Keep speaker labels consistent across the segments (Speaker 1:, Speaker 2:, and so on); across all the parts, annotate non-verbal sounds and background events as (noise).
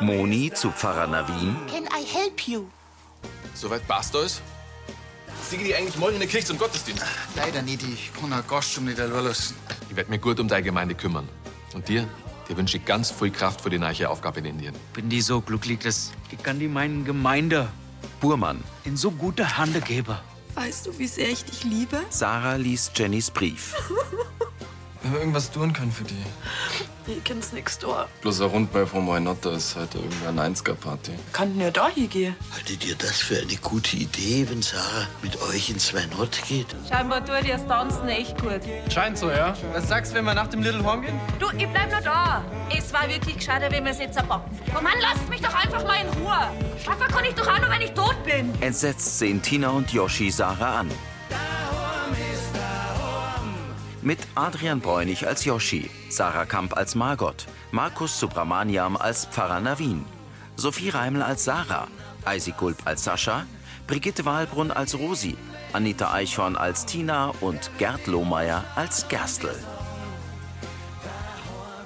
Speaker 1: Moni zu Pfarrer Navin,
Speaker 2: Can I help you?
Speaker 3: Soweit passt euch? Siege die eigentlich morgen in der Kirche zum Gottesdienst?
Speaker 4: Leider nicht, ich kann eine Gaststunde nicht erlassen.
Speaker 3: Ich werde mich gut um deine Gemeinde kümmern. Und dir, dir wünsche ich ganz viel Kraft für die neue Aufgabe in Indien.
Speaker 5: Bin ich so glücklich, dass ich kann die meinen Gemeinde
Speaker 1: Burmann.
Speaker 5: in so gute Hände gebe.
Speaker 6: Weißt du, wie sehr ich dich liebe?
Speaker 1: Sarah liest Jennys Brief.
Speaker 7: Wenn wir irgendwas tun können für die.
Speaker 6: Ich kann's nix tun.
Speaker 7: Bloß ein Rundball von Why Not, da ist heute irgendeine 1er-Party.
Speaker 6: Könnten ja da hier gehen.
Speaker 8: Haltet ihr das für eine gute Idee, wenn Sarah mit euch ins Weinott geht?
Speaker 9: Scheinbar tut ihr das Tanzen echt gut.
Speaker 10: Scheint so, ja. Was sagst du, wenn wir nach dem Little Horn gehen?
Speaker 9: Du, ich bleib noch da. Es war wirklich schade, wenn wir es jetzt zerbocken. Oh Mann, lasst mich doch einfach mal in Ruhe. Schlafen kann ich doch auch nur, wenn ich tot bin.
Speaker 6: (laughs)
Speaker 1: Entsetzt sehen Tina und Yoshi Sarah an. Mit Adrian Bräunig als Yoshi, Sarah Kamp als Margot, Markus Subramaniam als Pfarrer Navin, Sophie Reiml als Sarah, Isaac Gulb als Sascha, Brigitte Wahlbrunn als Rosi, Anita Eichhorn als Tina und Gerd Lohmeier als Gerstl.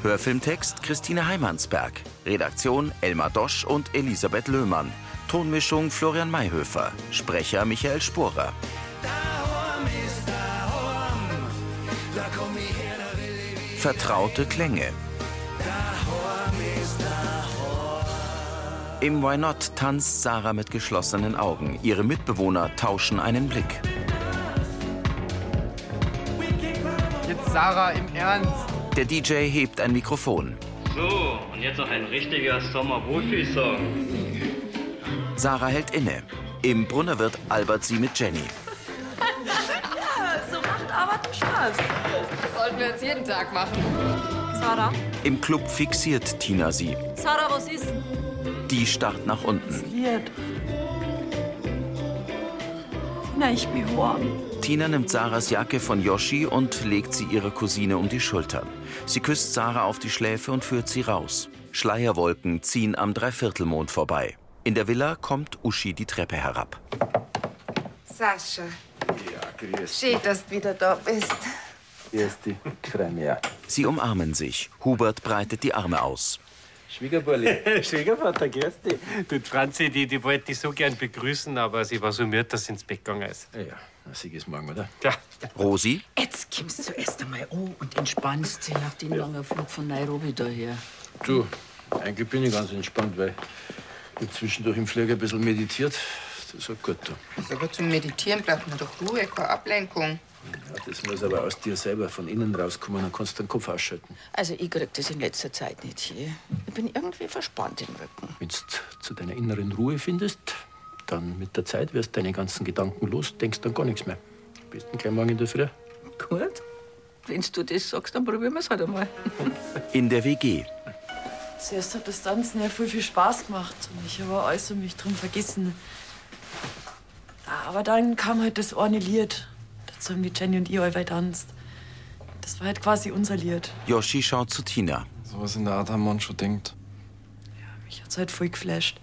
Speaker 1: Hörfilmtext Christine Heimansberg. Redaktion Elmar Dosch und Elisabeth Löhmann. Tonmischung Florian Mayhöfer. Sprecher Michael Sporer. Vertraute Klänge. Im Why Not tanzt Sarah mit geschlossenen Augen. Ihre Mitbewohner tauschen einen Blick.
Speaker 10: Jetzt, Sarah, im Ernst.
Speaker 1: Der DJ hebt ein Mikrofon.
Speaker 11: So, und jetzt noch ein richtiger Sommerwohlfühlsong.
Speaker 1: Sarah hält inne. Im Brunner wird albert sie mit Jenny.
Speaker 6: So macht Arbeiten Spaß.
Speaker 9: Sollten wir jetzt jeden Tag machen. Sarah?
Speaker 1: Im Club fixiert Tina sie.
Speaker 9: Sarah, was ist?
Speaker 1: Die starrt nach unten.
Speaker 6: Lied. Na, ich bin warm.
Speaker 1: Tina nimmt Sarahs Jacke von Yoshi und legt sie ihrer Cousine um die Schultern. Sie küsst Sarah auf die Schläfe und führt sie raus. Schleierwolken ziehen am Dreiviertelmond vorbei. In der Villa kommt Uschi die Treppe herab.
Speaker 12: Sascha. Ja, grüß Schön, dass du wieder da bist.
Speaker 13: Grüß dich, ich freue mich auch.
Speaker 1: Sie umarmen sich. Hubert breitet die Arme aus.
Speaker 7: (laughs)
Speaker 13: Schwiegerburli. Schwiegervater, grüß dich.
Speaker 14: Du, die Franzi, die, die wollte dich so gern begrüßen, aber sie war so müde, dass sie ins Bett gegangen ist.
Speaker 7: Ja, na, Sieg ist morgen, oder?
Speaker 14: Ja.
Speaker 1: Rosi?
Speaker 15: Jetzt kommst du erst einmal an und entspannst dich nach dem langen Flug von Nairobi daher.
Speaker 7: Du, eigentlich bin ich ganz entspannt, weil ich zwischendurch im Flieger ein bisschen meditiert. Das hat gut getan.
Speaker 12: Aber zum Meditieren braucht man doch Ruhe, keine Ablenkung.
Speaker 7: Ja, das muss aber aus dir selber von innen rauskommen, dann kannst du den Kopf ausschalten.
Speaker 15: Also, ich krieg das in letzter Zeit nicht hier. Ich bin irgendwie verspannt im Rücken.
Speaker 7: Wenn du zu deiner inneren Ruhe findest, dann mit der Zeit wirst du deine ganzen Gedanken los, denkst dann gar nichts mehr. Am besten gleich morgen in der Früh.
Speaker 15: Gut. Wenn du das sagst, dann probieren wir es halt einmal.
Speaker 1: In der WG.
Speaker 6: Zuerst hat das Tanzen ja voll viel Spaß gemacht. Und ich habe alles um mich drum vergessen. Aber dann kam halt das eine Lied. Dazu haben die Jenny und ich allweil tanzt. Das war halt quasi unser Lied.
Speaker 1: Yoshi schaut zu Tina.
Speaker 7: Sowas in der Art haben wir uns schon denkt.
Speaker 6: Mich hat's halt voll geflasht.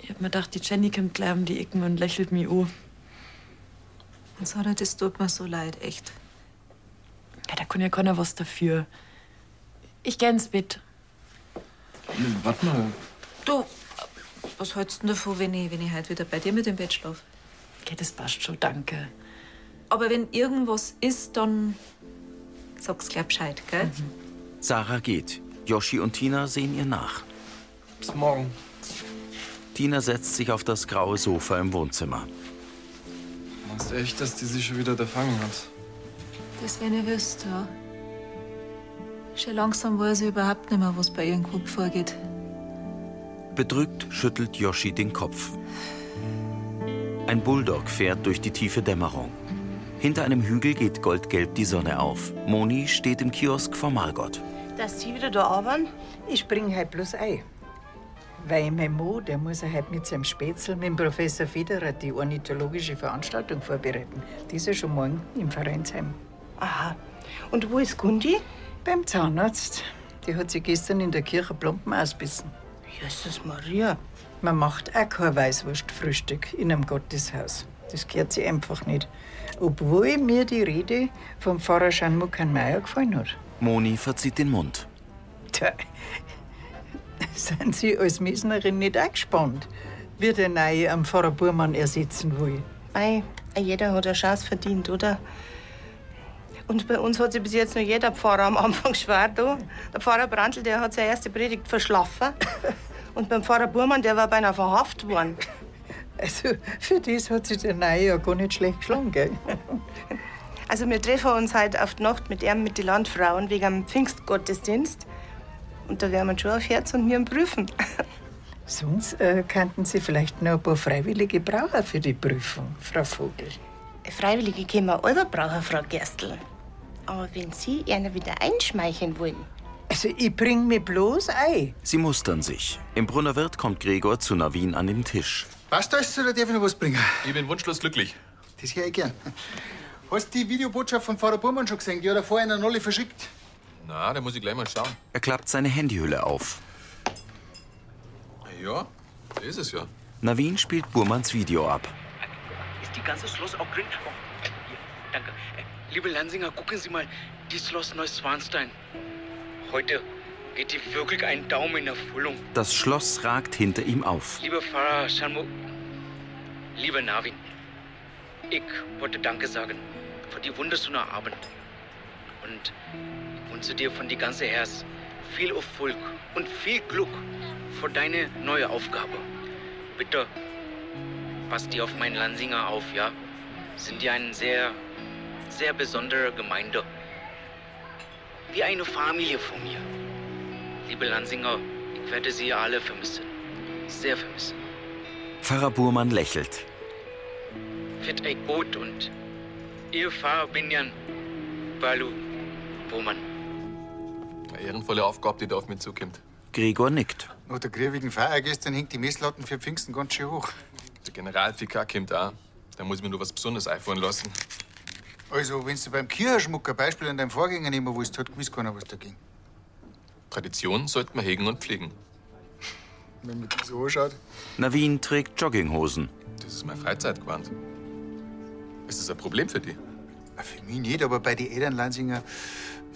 Speaker 6: Ich hab mir gedacht, die Jenny kommt gleich um die Ecken und lächelt mich an.
Speaker 12: Und Sarah, das tut mir so leid, echt.
Speaker 6: Ja, da kann ja keiner was dafür. Ich geh ins Bett.
Speaker 7: Hm, Warte mal.
Speaker 12: Du, was hältst du denn davon, wenn ich, wenn ich heute wieder bei dir mit dem Bett schlafe?
Speaker 6: Okay, das passt schon, danke.
Speaker 12: Aber wenn irgendwas ist, dann sag's gleich Bescheid, gell?
Speaker 6: Mhm.
Speaker 1: Sarah geht. Yoshi und Tina sehen ihr nach.
Speaker 7: Bis morgen.
Speaker 1: Tina setzt sich auf das graue Sofa im Wohnzimmer.
Speaker 7: Meinst du echt, dass die sich schon wieder da fangen hat?
Speaker 12: Das wenn ihr wisst, ja. Schon langsam weiß ich überhaupt nicht mehr, was bei ihrem Kopf vorgeht.
Speaker 1: Bedrückt schüttelt Yoshi den Kopf. Ein Bulldog fährt durch die tiefe Dämmerung. Hinter einem Hügel geht goldgelb die Sonne auf. Moni steht im Kiosk vor Margot.
Speaker 16: Dass Sie wieder da arbeiten, ich springe halt bloß ein. Weil mein Mo, der muss ja halt mit seinem Spätzl mit dem Professor Federer die ornithologische Veranstaltung vorbereiten. Die ist ja schon morgen im Vereinsheim. Aha. Und wo ist Gundi? Beim Zahnarzt. Die hat sie gestern in der Kirche Plumpen ausbissen. Jesus Maria. Man macht auch kein Weißwurstfrühstück in einem Gotteshaus. Das gehört sie einfach nicht. Obwohl mir die Rede vom Pfarrer Jean Muckenmeier gefallen hat.
Speaker 1: Moni verzieht den Mund.
Speaker 16: Tja. (laughs) sind Sie als Mesnerin nicht eingespannt, wie der Neue am Pfarrer Burmann ersetzen will?
Speaker 2: Ei, jeder hat eine Chance verdient, oder? Und bei uns hat sich bis jetzt nur jeder Pfarrer am Anfang (laughs) schwer da. Der Pfarrer Brandl, der hat seine erste Predigt verschlafen. Und beim Pfarrer Burmann, der war beinahe verhaftet worden.
Speaker 16: Also, für das hat sich der Neue ja gar nicht schlecht geschlagen, gell?
Speaker 2: Also, wir treffen uns heute auf die Nacht mit ihm, mit den Landfrauen, wegen dem Pfingstgottesdienst. Und da werden wir schon auf Herz und Nieren prüfen.
Speaker 16: Sonst äh, könnten Sie vielleicht noch ein paar Freiwillige brauchen für die Prüfung, Frau Vogel.
Speaker 2: Freiwillige können wir alle brauchen, Frau Gerstl. Aber wenn Sie einer wieder einschmeicheln wollen.
Speaker 16: Also, ich bring mich bloß ein.
Speaker 1: Sie mustern sich. Im Brunnerwirt kommt Gregor zu Navin an den Tisch.
Speaker 4: Passt das oder darf ich noch was bringen?
Speaker 3: Ich bin wunschlos glücklich.
Speaker 4: Das höre ich gern. Hast du die Videobotschaft von Pfarrer Burmann schon gesehen? Die hat er vorhin an alle verschickt.
Speaker 3: Na, Ah, da muss ich gleich mal schauen.
Speaker 1: Er klappt seine Handyhülle auf.
Speaker 3: Ah Ja, da ist es ja.
Speaker 1: Navin spielt Burmans Video ab.
Speaker 5: Ist die ganze Schloss auch drin? Oh, hier, danke. Äh, Liebe Lansinger, gucken Sie mal, die Schloss Neuschwanstein. Heute geht die wirklich einen Daumen in Erfüllung.
Speaker 1: Das Schloss ragt hinter ihm auf.
Speaker 5: Lieber Pfarrer Shanmu, lieber Navin, ich wollte Danke sagen für die wunderschöne Abend. Und ich wünsche dir von die ganze Herz viel Erfolg und viel Glück für deine neue Aufgabe. Bitte passt die auf meinen Lansinger auf, ja? Sind die eine sehr, sehr besondere Gemeinde. Wie eine Familie von mir. Liebe Lansinger, ich werde sie alle vermissen. Sehr vermissen.
Speaker 1: Pfarrer Burmann lächelt.
Speaker 5: Fit euch gut und ihr Pfarrer Binjan Balu Burmann.
Speaker 3: Eine ehrenvolle Aufgabe, die da auf mich zukommt.
Speaker 1: Gregor nickt.
Speaker 4: Nach der griebigen Feier gestern hängt die Messlatten für Pfingsten ganz schön hoch.
Speaker 3: Der Generalvikar kommt auch. Da muss ich mir nur was Besonderes einfallen lassen.
Speaker 4: Also, wenn du beim Kirchenschmuck ein Beispiel an deinem Vorgänger nehmen willst, hat gewiss keiner was dagegen.
Speaker 3: Tradition sollten wir hegen und pflegen.
Speaker 4: Wenn man das so anschaut.
Speaker 1: Navin trägt Jogginghosen.
Speaker 3: Das ist mein Freizeitgewand. Ist das ein Problem für dich?
Speaker 4: Für mich nicht, aber bei den Eltern Lansinger.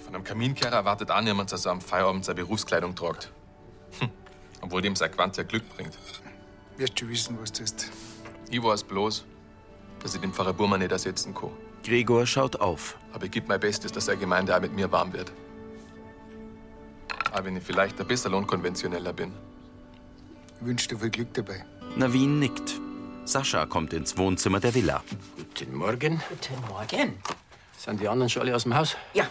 Speaker 3: Von einem Kaminkehrer erwartet auch niemand, dass er am Feierabend seine Berufskleidung tragt. Hm. Obwohl dem sein Quant ja Glück bringt.
Speaker 4: Wirst du wissen, was du ist.
Speaker 3: Ich weiß bloß, dass ich den Pfarrer Burmann nicht ersetzen kann.
Speaker 1: Gregor schaut auf.
Speaker 3: Aber ich gebe mein Bestes, dass seine Gemeinde auch mit mir warm wird. Auch wenn ich vielleicht ein bisschen unkonventioneller bin.
Speaker 4: Ich wünsche dir viel Glück dabei.
Speaker 1: Navin nickt. Sascha kommt ins Wohnzimmer der Villa.
Speaker 7: Guten Morgen.
Speaker 15: Guten Morgen.
Speaker 7: Sind die anderen schon alle aus dem Haus?
Speaker 15: Ja,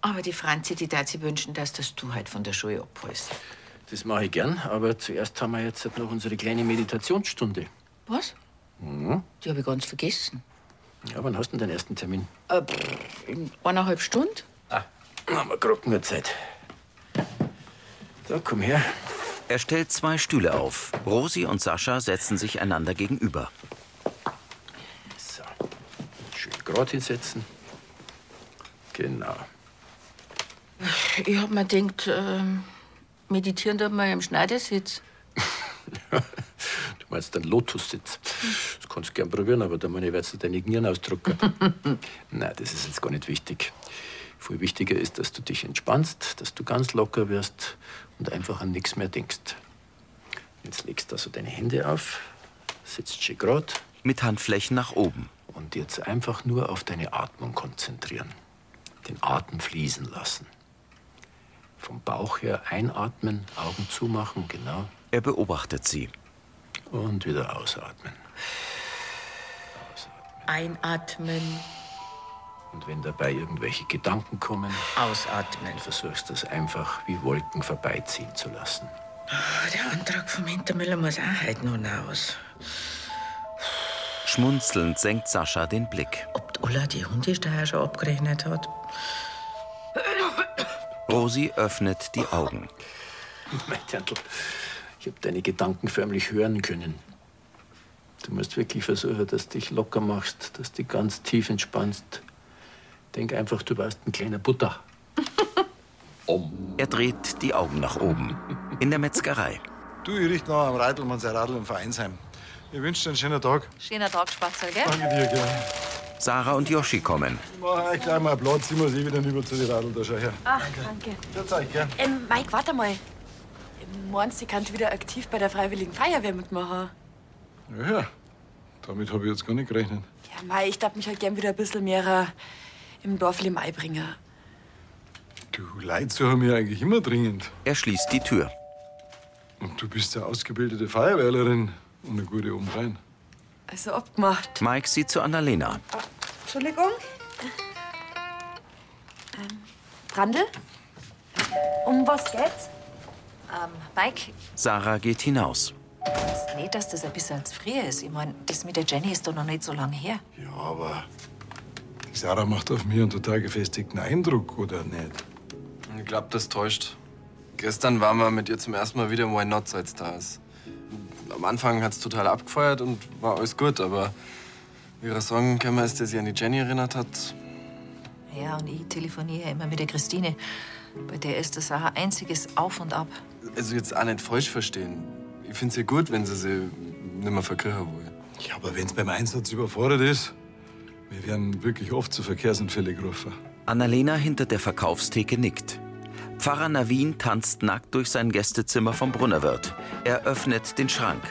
Speaker 15: aber die Franzi, die darf sich wünschen, dass das du halt von der Schule abholst.
Speaker 7: Das mache ich gern, aber zuerst haben wir jetzt noch unsere kleine Meditationsstunde.
Speaker 15: Was?
Speaker 7: Mhm.
Speaker 15: Die habe ich ganz vergessen.
Speaker 7: Ja, wann hast du denn deinen ersten Termin?
Speaker 15: Äh, in eineinhalb Stunden?
Speaker 7: Ah, haben wir gerade genug Zeit. So, komm her.
Speaker 1: Er stellt zwei Stühle auf. Rosi und Sascha setzen sich einander gegenüber.
Speaker 7: So. Schön gerade hinsetzen. Genau.
Speaker 15: Ich hab mir gedacht, ähm, meditieren darf man ja im Schneidersitz.
Speaker 7: Du meinst den Lotussitz. Das kannst du gern probieren, aber da meine ich, werdest du deine Nieren ausdrucken. Nein, das ist jetzt gar nicht wichtig. Viel wichtiger ist, dass du dich entspannst, dass du ganz locker wirst und einfach an nichts mehr denkst. Jetzt legst du also deine Hände auf, sitzt schön gerade
Speaker 1: Mit Handflächen nach oben.
Speaker 7: und jetzt einfach nur auf deine Atmung konzentrieren. Den Atem fließen lassen. Vom Bauch her einatmen, Augen zumachen, genau.
Speaker 1: Er beobachtet sie.
Speaker 7: Und wieder ausatmen.
Speaker 15: Einatmen,
Speaker 7: Und wenn dabei irgendwelche Gedanken kommen,
Speaker 15: ausatmen.
Speaker 7: dann versuchst du es einfach wie Wolken vorbeiziehen zu lassen. (laughs)
Speaker 15: Ah, Der Antrag vom Hintermüller muss auch heute noch raus.
Speaker 1: Schmunzelnd senkt Sascha den Blick.
Speaker 15: Die Ulla die Hundesteuer schon abgerechnet hat.
Speaker 1: Rosi öffnet die Augen.
Speaker 7: Mein Tantl, ich habe deine Gedanken förmlich hören können. Du musst wirklich versuchen, dass du dich locker machst, dass du dich ganz tief entspannst. Denk einfach, du warst ein kleiner Um. Buddha.
Speaker 1: Er dreht die Augen nach oben. In der Metzgerei.
Speaker 17: Du, ich richte noch am Radlmann sein Radl im Vereinsheim. Ich wünsche dir einen schönen Tag.
Speaker 9: Schöner Tag, Spatzel, gell?
Speaker 17: Danke dir, gell.
Speaker 1: Sarah und Yoshi kommen.
Speaker 17: Ich mache euch gleich mal einen Platz. Ich muss eh wieder rüber zu den Radl da schau her.
Speaker 9: Ach, danke.
Speaker 17: Grüß euch, gell.
Speaker 9: Ähm, Mike, warte mal.
Speaker 6: Meinst du, ich kann wieder aktiv bei der Freiwilligen Feuerwehr mitmachen?
Speaker 17: Ja, damit habe ich jetzt gar nicht gerechnet.
Speaker 6: Ja, Mai, ich darf mich halt gern wieder ein bisschen mehr äh, im Dorfleben einbringen.
Speaker 17: Du Leid suchen mir eigentlich immer dringend.
Speaker 1: Er schließt die Tür.
Speaker 17: Und du bist ja ausgebildete Feuerwehrlerin und eine gute obendrein.
Speaker 6: Also abgemacht.
Speaker 1: Mike sieht zu Annalena.
Speaker 6: Entschuldigung? Ähm, Brandl? Um was geht's?
Speaker 18: Ähm, Mike,
Speaker 1: Sarah geht hinaus.
Speaker 18: ist nicht, dass das ein bisschen zu früh ist. Ich meine, das mit der Jenny ist doch noch nicht so lange her.
Speaker 17: Ja, aber die Sarah macht auf mich einen total gefestigten Eindruck, oder nicht?
Speaker 19: Ich glaube, das täuscht. Gestern waren wir mit ihr zum ersten Mal wieder im Why Not, seit da ist. Am Anfang hat es total abgefeuert und war alles gut, aber wie ihre Song gekommen ist, der sie an die Jenny erinnert hat,
Speaker 18: Ja, und ich telefoniere immer mit der Christine. Bei der ist das auch ein einziges Auf und Ab.
Speaker 19: also jetzt auch nicht falsch verstehen. Ich find's ja gut, wenn sie sie nimmer verkriegen will.
Speaker 17: Ja, aber wenn's beim Einsatz überfordert ist, wir werden wirklich oft zu Verkehrsunfällen gerufen.
Speaker 1: Annalena hinter der Verkaufstheke nickt. Pfarrer Navin tanzt nackt durch sein Gästezimmer vom Brunnerwirt. Er öffnet den Schrank.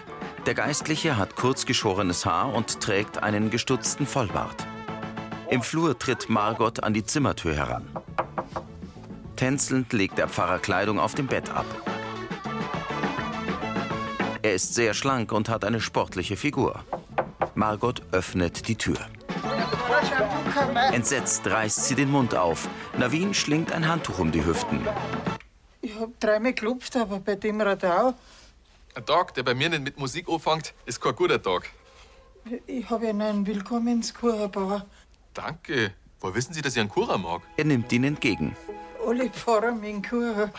Speaker 1: Der Geistliche hat kurzgeschorenes Haar und trägt einen gestutzten Vollbart. Im Flur tritt Margot an die Zimmertür heran. Tänzelnd legt der Pfarrer Kleidung auf dem Bett ab. Er ist sehr schlank und hat eine sportliche Figur. Margot öffnet die Tür. Entsetzt reißt sie den Mund auf. Navin schlingt ein Handtuch um die Hüften.
Speaker 16: Ich hab dreimal geklopft, aber bei dem Radau,
Speaker 3: Ein Tag, der bei mir nicht mit Musik anfängt, ist kein guter Tag.
Speaker 16: ich hab ja noch einen Willkommenskuchen gebaut.
Speaker 3: Danke. Woher wissen Sie, dass ich einen Kura mag?
Speaker 1: Er nimmt ihn entgegen.
Speaker 16: Alle Pfarrer mit dem Kuchen.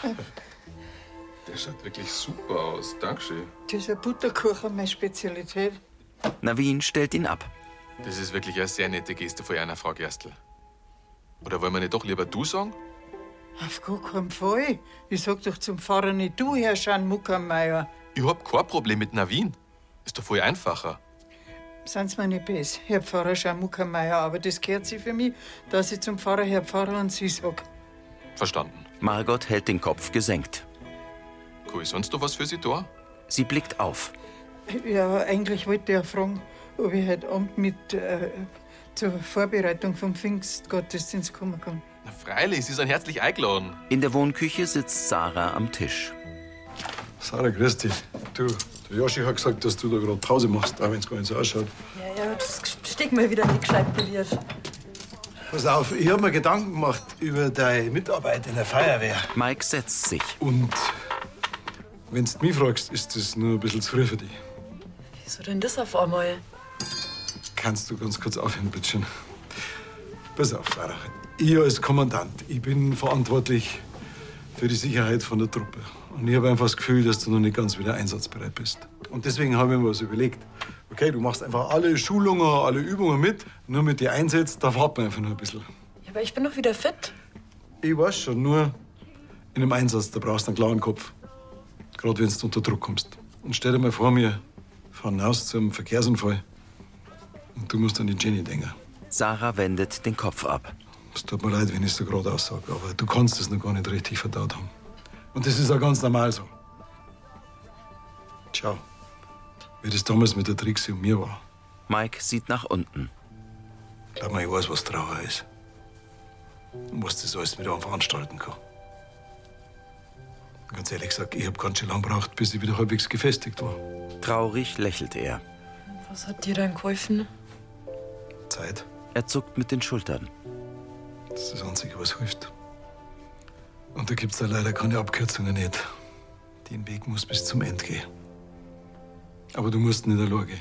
Speaker 3: Der schaut wirklich super aus. Dankeschön.
Speaker 16: Dieser Butterkuchen, meine Spezialität.
Speaker 1: Navin stellt ihn ab.
Speaker 3: Das ist wirklich eine sehr nette Geste von einer Frau Gerstl. Oder wollen wir nicht doch lieber du sagen?
Speaker 16: Auf gar keinen Fall. Ich sag doch zum Pfarrer nicht du, Herr Schanmuckermeier.
Speaker 3: Ich hab kein Problem mit Navin. Ist doch viel einfacher.
Speaker 16: Seien Sie mir nicht böse, Herr Pfarrer Schanmuckermeier, aber das gehört sich für mich, dass ich zum Pfarrer Herr Pfarrer und Sie sag.
Speaker 3: Verstanden.
Speaker 1: Margot hält den Kopf gesenkt.
Speaker 3: Cool, sonst noch was für Sie da?
Speaker 1: Sie blickt auf.
Speaker 16: Ja, eigentlich wollte ich ja fragen, ob ich heute Abend mit äh, zur Vorbereitung vom Pfingstgottesdienst kommen kann.
Speaker 3: Na, freilich, Sie sind herzlich eingeladen.
Speaker 1: In der Wohnküche sitzt Sarah am Tisch.
Speaker 17: Sarah, grüß dich. Du, der Joschi hat gesagt, dass du da gerade Pause machst, auch wenn's gar nicht so ausschaut.
Speaker 6: Ja, ja, das steckt mir wieder nicht gescheit poliert.
Speaker 17: Pass auf, ich habe mir Gedanken gemacht über deine Mitarbeit in der Feuerwehr.
Speaker 1: Mike setzt sich.
Speaker 17: Und wenn du mich fragst, ist das nur ein bisschen zu früh für dich.
Speaker 6: Wieso denn das auf einmal?
Speaker 17: Kannst du ganz kurz aufhören, bitteschön? Pass auf, Sarah. Ich als Kommandant, ich bin verantwortlich für die Sicherheit von der Truppe. Und ich habe einfach das Gefühl, dass du noch nicht ganz wieder einsatzbereit bist. Und deswegen habe ich mir was überlegt. Okay, du machst einfach alle Schulungen, alle Übungen mit. Nur mit dir einsetzt, da warten wir einfach nur ein bisschen.
Speaker 6: Ja, aber ich bin doch wieder fit.
Speaker 17: Ich weiß schon, nur in einem Einsatz, da brauchst du einen klaren Kopf. Gerade wenn du unter Druck kommst. Und stell dir mal vor, wir fahren raus zu einem Verkehrsunfall. Und du musst an die Jenny denken.
Speaker 1: Sarah wendet den Kopf ab.
Speaker 17: Es tut mir leid, wenn ich es so gerade aussage, aber du kannst es noch gar nicht richtig verdaut haben. Und das ist auch ganz normal so. Ciao. Wie das damals mit der Trixie und mir war.
Speaker 1: Mike sieht nach unten.
Speaker 17: Glaub mir, ich weiß, was Trauer ist. Und was das alles mit einem veranstalten kann. Ganz ehrlich gesagt, ich habe ganz schön lang gebraucht, bis ich wieder halbwegs gefestigt war.
Speaker 1: Traurig lächelt er.
Speaker 6: Was hat dir dann geholfen?
Speaker 17: Zeit.
Speaker 1: Er zuckt mit den Schultern.
Speaker 17: Das ist das Einzige, was hilft. Und da gibt's da leider keine Abkürzungen nicht. Den Weg muss bis zum Ende gehen. Aber du musst nicht allein gehen.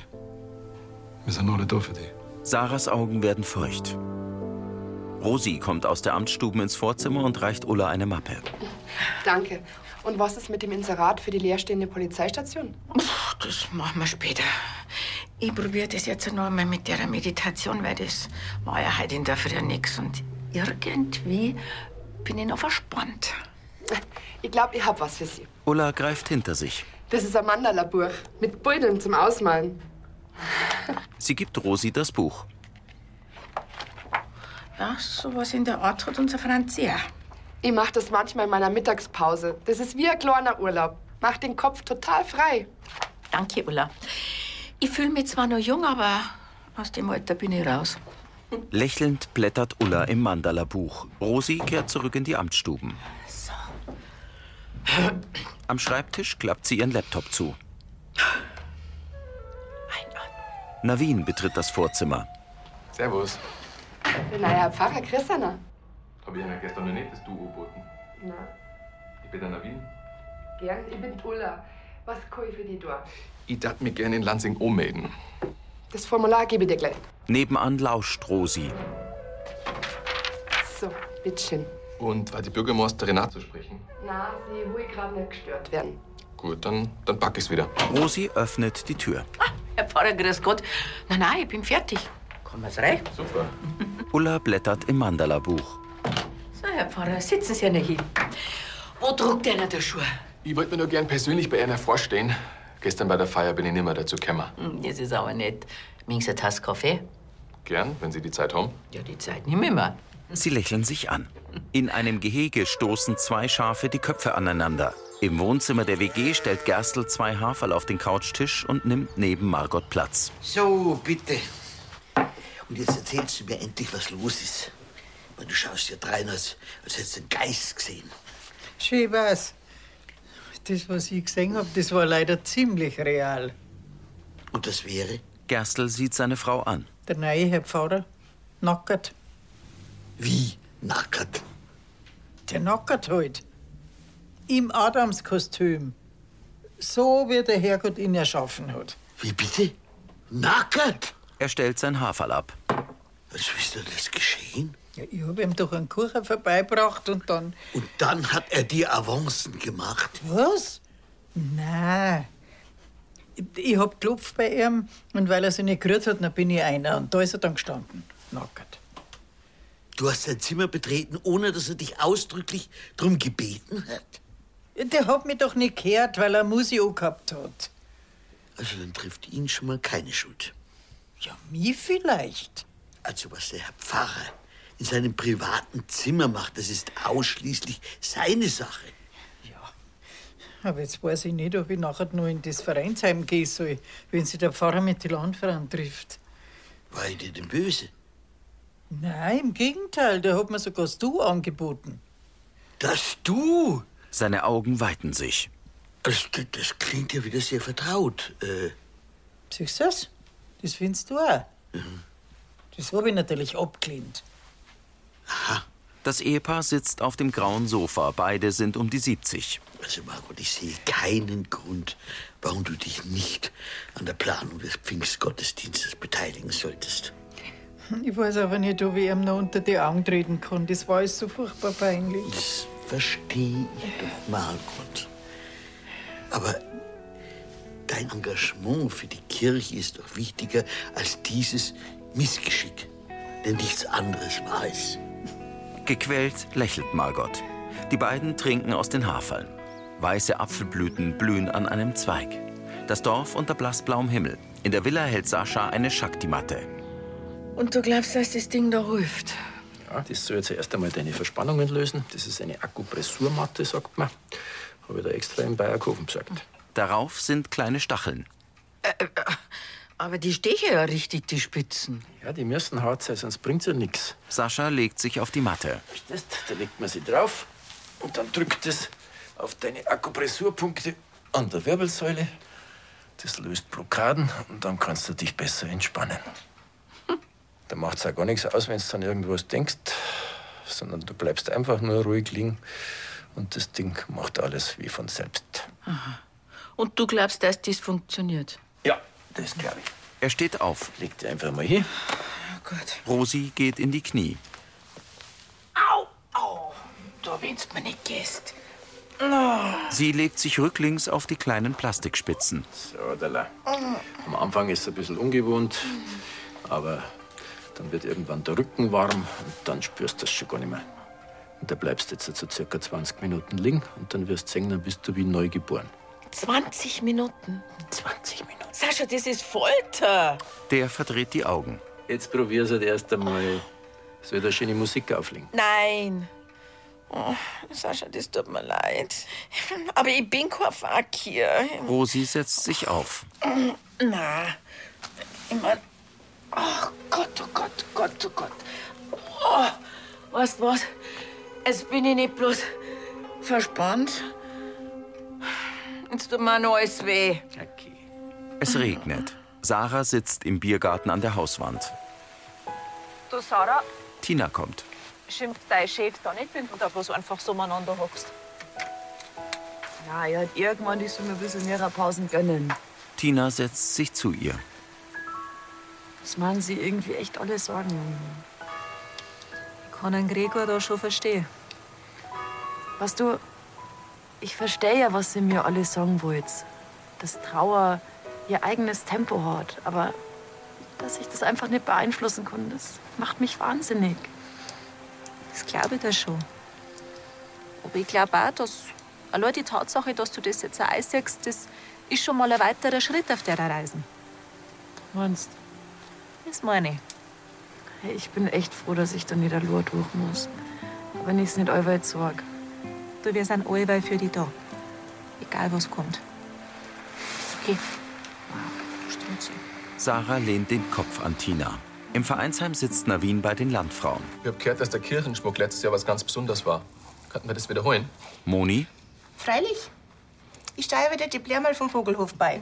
Speaker 17: Wir sind alle da für dich.
Speaker 1: Sarahs Augen werden feucht. Rosi kommt aus der Amtsstube ins Vorzimmer und reicht Ulla eine Mappe.
Speaker 20: Danke. Und was ist mit dem Inserat für die leerstehende Polizeistation?
Speaker 15: Das machen wir später. Ich probiere das jetzt noch einmal mit der Meditation, weil das war ja heute in der Früh nix. Und irgendwie bin ich noch verspannt.
Speaker 20: Ich glaube, ich hab was für Sie.
Speaker 1: Ulla greift hinter sich.
Speaker 20: Das ist ein Mandala-Buch mit Beuteln zum Ausmalen.
Speaker 1: Sie gibt Rosi das Buch.
Speaker 15: Ja, sowas in der Art hat unser Franz sehr.
Speaker 20: Ich mache das manchmal in meiner Mittagspause. Das ist wie ein kleiner Urlaub. Macht den Kopf total frei.
Speaker 15: Danke, Ulla. Ich fühle mich zwar noch jung, aber aus dem Alter bin ich raus.
Speaker 1: Lächelnd blättert Ulla im Mandala-Buch. Rosi kehrt zurück in die Amtsstuben. Am Schreibtisch klappt sie ihren Laptop zu. Navin betritt das Vorzimmer.
Speaker 3: Servus.
Speaker 20: Ich bin ein Herr Pfarrer Christianer.
Speaker 3: Hab ich ja gestern noch nicht das Du geboten.
Speaker 20: Na,
Speaker 3: Ich bin der Navin.
Speaker 20: gern, ich bin Ulla. Was kann ich für dich tun?
Speaker 3: Ich darf mich gerne in Lansing ummelden.
Speaker 20: Das Formular gebe ich dir gleich.
Speaker 1: Nebenan lauscht Rosi.
Speaker 20: So, bitteschön.
Speaker 3: Und war die Bürgermeisterin auch zu sprechen?
Speaker 20: Na, sie will gerade nicht gestört werden.
Speaker 3: Gut, dann, dann pack ich's wieder.
Speaker 1: Rosi öffnet die Tür.
Speaker 15: Herr Pfarrer, grüß Gott. Nein, nein, ich bin fertig. Komm mal rein.
Speaker 3: Super.
Speaker 1: Ulla blättert im Mandala-Buch.
Speaker 15: So, Herr Pfarrer, sitzen Sie ja nicht hin. Wo druckt einer der Schuh?
Speaker 3: Ich wollte mir nur gern persönlich bei einer vorstehen. Gestern bei der Feier bin ich nimmer dazu gekommen.
Speaker 15: Hm, Das ist aber nett. Mings eine Tasse Kaffee?
Speaker 3: Gern, wenn Sie die Zeit haben.
Speaker 15: Ja, die Zeit nimm ich mal.
Speaker 1: Sie lächeln sich an. In einem Gehege stoßen zwei Schafe die Köpfe aneinander. Im Wohnzimmer der WG stellt Gerstl zwei Haferl auf den Couchtisch und nimmt neben Margot Platz.
Speaker 8: So, bitte. Und jetzt erzählst du mir endlich, was los ist. Weil du schaust ja drein aus, als hättest du einen Geist gesehen.
Speaker 16: Schön war's. Das, was ich gesehen habe, das war leider ziemlich real.
Speaker 1: Und das wäre? Gerstl sieht seine Frau an.
Speaker 16: Der neue Herr Pfarrer, nackert.
Speaker 1: Wie? Nackert.
Speaker 16: Der nackert halt. Im Adamskostüm. So wie der Herrgott ihn erschaffen hat.
Speaker 1: Wie bitte? Nackert? Er stellt sein Haferl ab.
Speaker 8: Was ist denn das geschehen?
Speaker 16: Ja, ich habe ihm doch einen Kuchen vorbeigebracht und dann.
Speaker 8: Und dann hat er dir Avancen gemacht.
Speaker 16: Was? Nein. Ich- Ich hab geklopft bei ihm und weil er sich nicht gerührt hat, dann bin ich einer. Und da ist er dann gestanden. Nackert.
Speaker 8: Du hast sein Zimmer betreten, ohne dass er dich ausdrücklich drum gebeten hat.
Speaker 16: Der hat mich doch nicht gehört, weil er Musi gehabt hat.
Speaker 8: Also dann trifft ihn schon mal keine Schuld.
Speaker 16: Ja, mir vielleicht.
Speaker 8: Also was der Herr Pfarrer in seinem privaten Zimmer macht, das ist ausschließlich seine Sache.
Speaker 16: Aber jetzt weiß ich nicht, ob ich nachher noch in das Vereinsheim gehen soll, wenn sich der Pfarrer mit den Landfrauen trifft.
Speaker 8: War ich dir denn böse?
Speaker 16: Nein, im Gegenteil, der hat mir sogar das Du angeboten.
Speaker 8: Das Du?
Speaker 1: Seine Augen weiten sich.
Speaker 8: Uh, Das, das, das klingt ja wieder sehr vertraut. Äh,
Speaker 16: Siehst du das? Das findest du auch.
Speaker 8: Mhm.
Speaker 16: Das habe ich natürlich abgelehnt.
Speaker 1: Das Ehepaar sitzt auf dem grauen Sofa. Beide sind um die 70.
Speaker 8: also Margot, ich sehe keinen Grund, warum du dich nicht an der Planung des Pfingstgottesdienstes beteiligen solltest.
Speaker 16: Ich weiß aber nicht, ob ich ihm noch unter die Augen treten kann. Das war alles so furchtbar peinlich.
Speaker 8: Verstehe ich doch, Margot. Aber dein Engagement für die Kirche ist doch wichtiger als dieses Missgeschick. Denn nichts anderes war es.
Speaker 1: Gequält lächelt Margot. Die beiden trinken aus den Haferln. Weiße Apfelblüten blühen an einem Zweig. Das Dorf unter blassblauem Himmel. In der Villa hält Sascha eine Shakti-Matte.
Speaker 15: Und du glaubst, dass das Ding da ruft?
Speaker 7: Ja, das soll jetzt erst einmal deine Verspannungen lösen. Das ist eine Akupressurmatte, sagt man. Habe ich da extra in Bayerkofen gesagt.
Speaker 1: Darauf sind kleine Stacheln.
Speaker 15: Aber die stechen ja richtig, die Spitzen.
Speaker 7: Ja, die müssen hart sein, sonst bringt's ja nichts.
Speaker 1: Sascha legt sich auf die Matte.
Speaker 7: Das, da legt man sie drauf und dann drückt es auf deine Akupressurpunkte an der Wirbelsäule. Das löst Blockaden und dann kannst du dich besser entspannen. (laughs) Da macht's auch gar nichts aus, wenn du an irgendwas denkst, sondern du bleibst einfach nur ruhig liegen und das Ding macht alles wie von selbst.
Speaker 15: Aha. Und du glaubst, dass das funktioniert?
Speaker 7: Ja, das glaube ich.
Speaker 1: Er steht auf.
Speaker 7: Legt die einfach mal hier.
Speaker 1: Rosi geht in die Knie.
Speaker 15: Au, au. Da wenn's mir nicht gehst.
Speaker 21: Oh,
Speaker 15: Na.
Speaker 1: Sie legt sich rücklings auf die kleinen Plastikspitzen.
Speaker 7: So, dala. Am Anfang ist es ein bisschen ungewohnt, aber dann wird irgendwann der Rücken warm und dann spürst du das schon gar nicht mehr. Und da bleibst du jetzt so circa 20 Minuten liegen und dann wirst du sehen, dann bist du wie neugeboren.
Speaker 15: 20 Minuten.
Speaker 7: 20 Minuten.
Speaker 15: Sascha, das ist Folter.
Speaker 1: Der verdreht die Augen.
Speaker 7: Jetzt probier's halt erst einmal. Soll da schöne Musik auflegen?
Speaker 15: Nein.
Speaker 21: Oh, Sascha, das tut mir leid. Aber ich bin kein Fakir.
Speaker 1: Rosi setzt sich auf.
Speaker 21: Na, ich mein, oh Gott, oh Gott, oh Gott, oh Gott. Oh, weißt du was? Jetzt bin ich nicht bloß verspannt. Jetzt tut mir auch noch alles weh.
Speaker 1: Es regnet. Sarah sitzt im Biergarten an der Hauswand.
Speaker 22: Du, Sarah,
Speaker 1: Tina kommt.
Speaker 22: schimpft dein Chef da nicht, wenn du da bloß einfach so umeinander hockst.
Speaker 23: Ja, ja, irgendwann die soll mir ein bisschen ihre Pausen gönnen.
Speaker 1: Tina setzt sich zu ihr.
Speaker 6: Das machen sie irgendwie echt alle Sorgen.
Speaker 12: Ich kann den Gregor da schon verstehen.
Speaker 6: Was du, ich verstehe ja, was sie mir alle sagen wollt. Dass Trauer ihr eigenes Tempo hat. Aber dass ich das einfach nicht beeinflussen kann, das macht mich wahnsinnig.
Speaker 12: Das glaube ich dir schon.
Speaker 22: Aber ich glaube auch, dass allein die Tatsache, dass du das jetzt auch einsagst, das ist schon mal ein weiterer Schritt auf der Reise.
Speaker 6: Meinst
Speaker 22: Das meine ich.
Speaker 6: Hey, ich bin echt froh, dass ich dann wieder Lur durch muss. Aber wenn ich es nicht allweil sorg.
Speaker 12: Du, wir sind allweil für die da. Egal, was kommt.
Speaker 22: Okay. Stimmt so.
Speaker 1: Sarah lehnt den Kopf an Tina. Im Vereinsheim sitzt Navin bei den Landfrauen.
Speaker 3: Ich habe gehört, dass der Kirchenschmuck letztes Jahr was ganz Besonderes war. Könnten wir das wiederholen?
Speaker 1: Moni,
Speaker 24: Freilich. Ich steige wieder die Blärmal vom Vogelhof bei.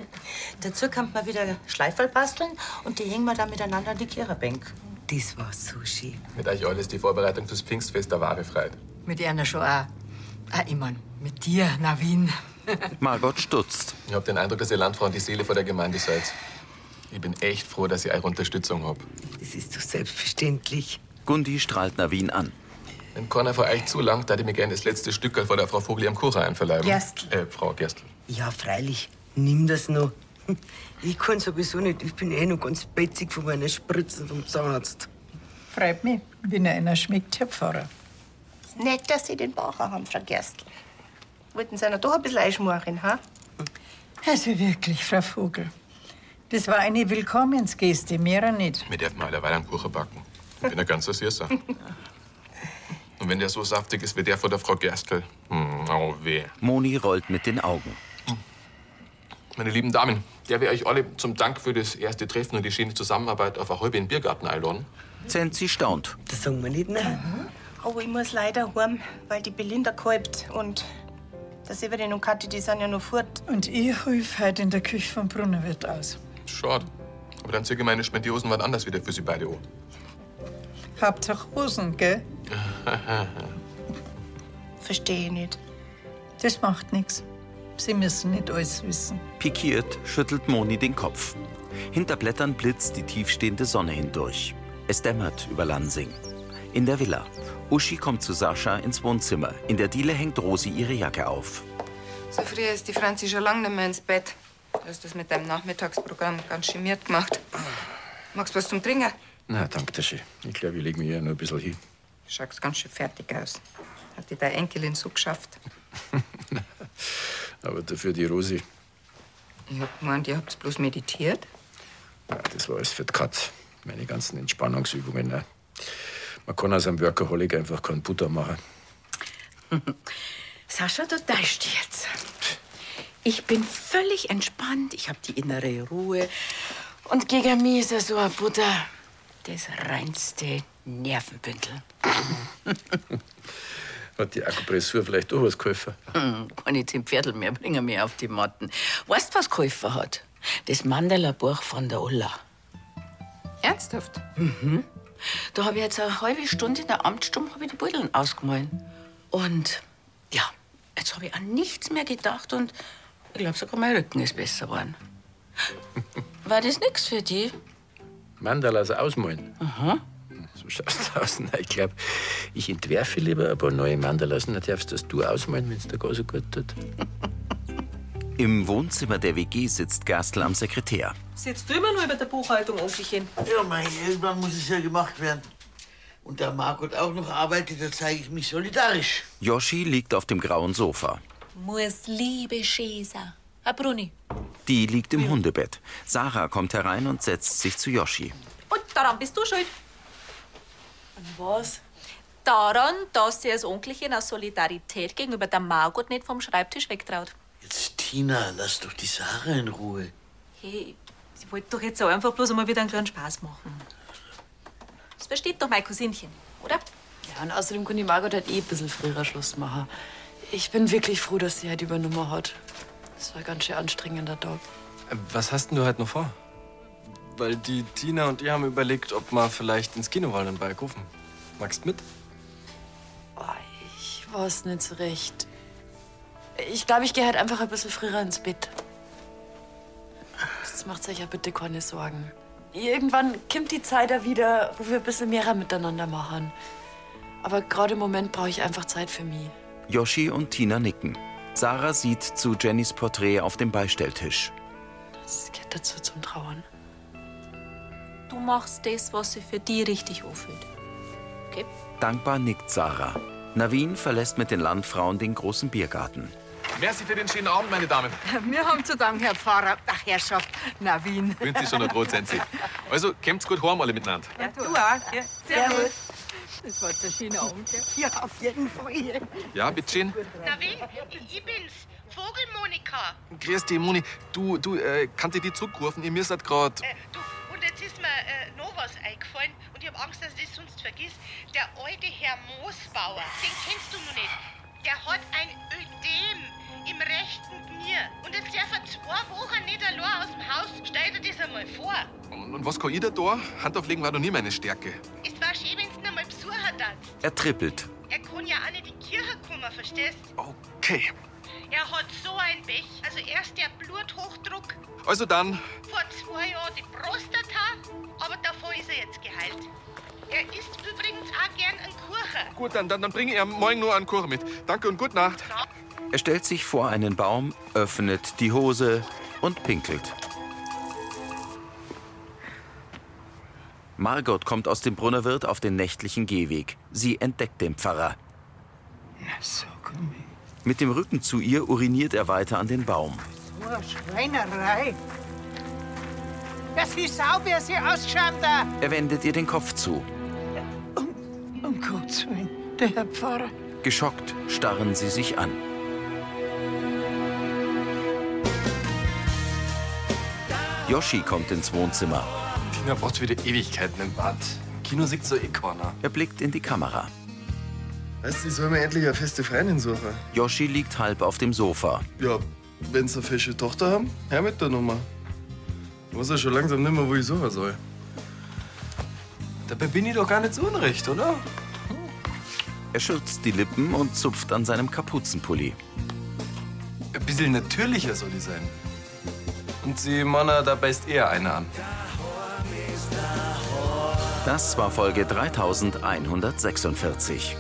Speaker 24: Dazu kann man wieder Schleiferl basteln und die hängen wir dann miteinander an die Kehrerbänk.
Speaker 3: Das war Sushi. Mit euch alles die Vorbereitung fürs Pfingstfest der wahre Freude.
Speaker 25: Mit einer schon auch. Ah, ich mein, mit dir, Navin.
Speaker 1: Margot stutzt.
Speaker 3: Ich habe den Eindruck, dass ihr Landfrauen die Seele vor der Gemeinde seid. Ich bin echt froh, dass ich eure Unterstützung habt.
Speaker 25: Das ist doch selbstverständlich.
Speaker 1: Gundi strahlt Navin an.
Speaker 3: Wenn Connor vor euch zu lang, da ich mir gerne das letzte Stück vor der Frau Vogel am Kura einverleiben.
Speaker 25: Gerstl.
Speaker 3: Äh, Frau Gerstl.
Speaker 25: Ja, freilich. Nimm das noch. (laughs) Ich kann sowieso nicht. Ich bin eh noch ganz betzig von meiner Spritzen vom Zahnarzt.
Speaker 16: Freut mich, wenn er einer schmeckt, Herr Pfarrer.
Speaker 24: Nett, dass Sie den Bacher haben, Frau Gerstl. Wollten Sie noch doch ein bisschen einschmoren, ha?
Speaker 16: Also wirklich, Frau Vogel. Das war eine Willkommensgeste, mehr nicht.
Speaker 3: Wir dürfen mittlerweile einen Kuchen backen. Ich bin ein ganzer Süßer. Und wenn der so saftig ist wie der von der Frau Gerstl. Hm, oh weh.
Speaker 1: Moni rollt mit den Augen.
Speaker 3: Meine lieben Damen, der wir euch alle zum Dank für das erste Treffen und die schöne Zusammenarbeit auf eine halbe in den Biergarten einladen.
Speaker 1: Zenzi staunt.
Speaker 25: Das sagen wir nicht, ne?
Speaker 24: Aber ich muss leider heim, weil die Belinda kalbt. Und der Severin und Kathi, die sind ja noch fort.
Speaker 16: Und ich helfe heute in der Küche vom Brunnenwirt aus.
Speaker 3: Schade. Aber dann ziehe ich meine Spendiosen wann anders wieder für sie beide an.
Speaker 16: Hauptsache Hosen, gell?
Speaker 24: Verstehe ich nicht.
Speaker 16: Das macht nichts. Sie müssen nicht alles wissen.
Speaker 1: Pikiert schüttelt Moni den Kopf. Hinter Blättern blitzt die tiefstehende Sonne hindurch. Es dämmert über Lansing. In der Villa. Uschi kommt zu Sascha ins Wohnzimmer. In der Diele hängt Rosi ihre Jacke auf.
Speaker 26: So früh ist die Franzi schon lange nicht mehr ins Bett. Du hast das mit deinem Nachmittagsprogramm ganz schimiert gemacht. Magst du was zum Trinken?
Speaker 7: Na, danke schön. Ich glaube, ich lege mich eher noch ein bisschen hin. (laughs)
Speaker 26: Du schaust ganz schön fertig aus. Hat dir deine Enkelin so geschafft?
Speaker 7: Aber dafür die Rosi,
Speaker 26: Ich hab gemeint, ihr habt bloß meditiert.
Speaker 7: ja, das war alles für die Katz. Meine ganzen Entspannungsübungen. Ne? Man kann aus einem Workaholic einfach keinen Butter machen.
Speaker 15: (laughs) Sascha, du täuscht jetzt. Ich bin völlig entspannt, ich habe die innere Ruhe. Und gegen mich ist er so ein Butter. Das reinste Nervenbündel.
Speaker 7: Hat die Akupressur vielleicht auch was geholfen?
Speaker 15: Hm, kann ich zum Pferdl mehr bringen, mir auf die Matten. Weißt was geholfen hat? Das Mandala-Buch von der Ulla.
Speaker 26: Ernsthaft?
Speaker 15: Mhm. Da habe ich jetzt eine halbe Stunde in der Amtsstunde hab ich die Beuteln ausgemahlen. Und ja, jetzt habe ich an nichts mehr gedacht und ich glaube sogar mein Rücken ist besser (laughs) geworden. War das nichts für die?
Speaker 7: Mandalas also ausmalen.
Speaker 15: Aha.
Speaker 7: So schaust du (laughs) aus. Nein, ich glaube, ich entwerfe lieber ein paar neue Mandalas. Dann darfst das du ausmalen, wenn es dir gar so gut tut.
Speaker 1: Im Wohnzimmer der WG sitzt Gerstl am Sekretär.
Speaker 24: Sitzt du immer nur über der Buchhaltung, Onkelchen?
Speaker 8: Ja, mein, irgendwann muss es ja gemacht werden. Und da Margot auch noch arbeitet, da zeige ich mich solidarisch.
Speaker 1: Yoshi liegt auf dem grauen Sofa.
Speaker 21: Muss liebe Schäser. Herr Bruni.
Speaker 1: Die liegt im Hundebett. Sarah kommt herein und setzt sich zu Yoshi.
Speaker 22: Und daran bist du schuld.
Speaker 21: Was?
Speaker 22: liegt daran, dass sie als Onkelchen aus Solidarität gegenüber der Margot nicht vom Schreibtisch wegtraut.
Speaker 8: Tina, lass doch die Sarah in Ruhe.
Speaker 22: Hey, sie wollte doch jetzt auch einfach bloß einmal wieder einen kleinen Spaß machen. Das versteht doch mein Cousinchen, oder?
Speaker 6: Ja, und außerdem kann die Margot halt eh ein bisschen früher Schluss machen. Ich bin wirklich froh, dass sie halt übernommen hat. Das war ein ganz schön anstrengender Tag.
Speaker 19: Äh, Was hast denn du halt noch vor? Weil die Tina und ich haben überlegt, ob wir vielleicht ins Kino wollen in Balkofen. Magst mit?
Speaker 6: Ich weiß nicht so recht. Ich glaube, ich gehe halt einfach ein bisschen früher ins Bett. Das macht euch ja bitte keine Sorgen. Irgendwann kommt die Zeit da wieder, wo wir ein bisschen mehr miteinander machen. Aber gerade im Moment brauche ich einfach Zeit für mich.
Speaker 1: Yoshi und Tina nicken. Sarah sieht zu Jennys Porträt auf dem Beistelltisch.
Speaker 6: Das gehört dazu zum Trauern.
Speaker 22: Du machst das, was sie für die richtig anfühlt. Okay?
Speaker 1: Dankbar nickt Sarah. Navin verlässt mit den Landfrauen den großen Biergarten.
Speaker 3: (laughs) Merci für den schönen Abend, meine Damen.
Speaker 15: Wir haben zu danken, Herr Pfarrer. Ach, Herrschaft, Navin.
Speaker 3: Wünsche Sie schon ein Brot, Sensi. Also, kommt's gut heim alle miteinander.
Speaker 15: Ja, du auch. Ja, servus. Das war jetzt ein schöner Abend. Ja, auf jeden Fall.
Speaker 3: Ja, bitteschön.
Speaker 2: Navin, ich bin's, Vogelmonika.
Speaker 3: Grüß dich, Moni. Du, du, äh, kann dich die zurückrufen? Ihr müsst grad.
Speaker 2: Äh, du, und jetzt ist mir äh, noch was eingefallen und ich hab Angst, dass ich das sonst vergiss. Der alte Herr Moosbauer, den kennst du noch nicht. Der hat ein Ödem im rechten Knie. Und jetzt darf er zwei Wochen nicht allein aus dem Haus. Stell dir das einmal vor.
Speaker 3: Und, und was kann ich da da? Hand auflegen war noch nie meine Stärke.
Speaker 2: Es war schön, wenn's ihn einmal besuchen darfst.
Speaker 1: Er trippelt.
Speaker 2: Er kann ja auch nicht in die Kirche kommen, verstehst?
Speaker 3: Okay.
Speaker 2: Er hat so ein Pech. Also erst der Bluthochdruck,
Speaker 3: Also dann,
Speaker 2: vor zwei Jahren die Prostata, aber davon ist er jetzt geheilt. Er isst übrigens auch gern einen Kuchen.
Speaker 3: gut, dann, dann, dann bringe ich am morgen nur einen Kuchen mit. Danke und gute Nacht.
Speaker 1: Er stellt sich vor einen Baum, öffnet die Hose und pinkelt. Margot kommt aus dem Brunnerwirt auf den nächtlichen Gehweg. Sie entdeckt den Pfarrer.
Speaker 15: Na, so komm ich.
Speaker 1: Mit dem Rücken zu ihr uriniert er weiter an den Baum.
Speaker 15: So eine Schreinerei. Das wie sauber sie ausschauen da.
Speaker 1: Er wendet ihr den Kopf zu.
Speaker 15: Um Gottes Willen, der Herr Pfarrer.
Speaker 1: Geschockt starren sie sich an. Yoshi kommt ins Wohnzimmer.
Speaker 19: Tina braucht wieder Ewigkeiten im Bad. Im Kino sieht so eh keiner.
Speaker 1: Er blickt in die Kamera.
Speaker 27: Weißt du, ich soll mir endlich eine feste Freundin suchen.
Speaker 1: Yoshi liegt halb auf dem Sofa.
Speaker 27: Ja, wenn sie eine fische Tochter haben, her mit der Nummer. Ich weiß ja schon langsam nicht mehr, wo ich suchen soll.
Speaker 19: Dabei bin ich doch gar nicht so unrecht, oder?
Speaker 1: Er schürzt die Lippen und zupft an seinem Kapuzenpulli.
Speaker 19: Ein bisschen natürlicher soll die sein. Und sie Manner, da beißt eher eine an.
Speaker 1: Das war Folge 3146.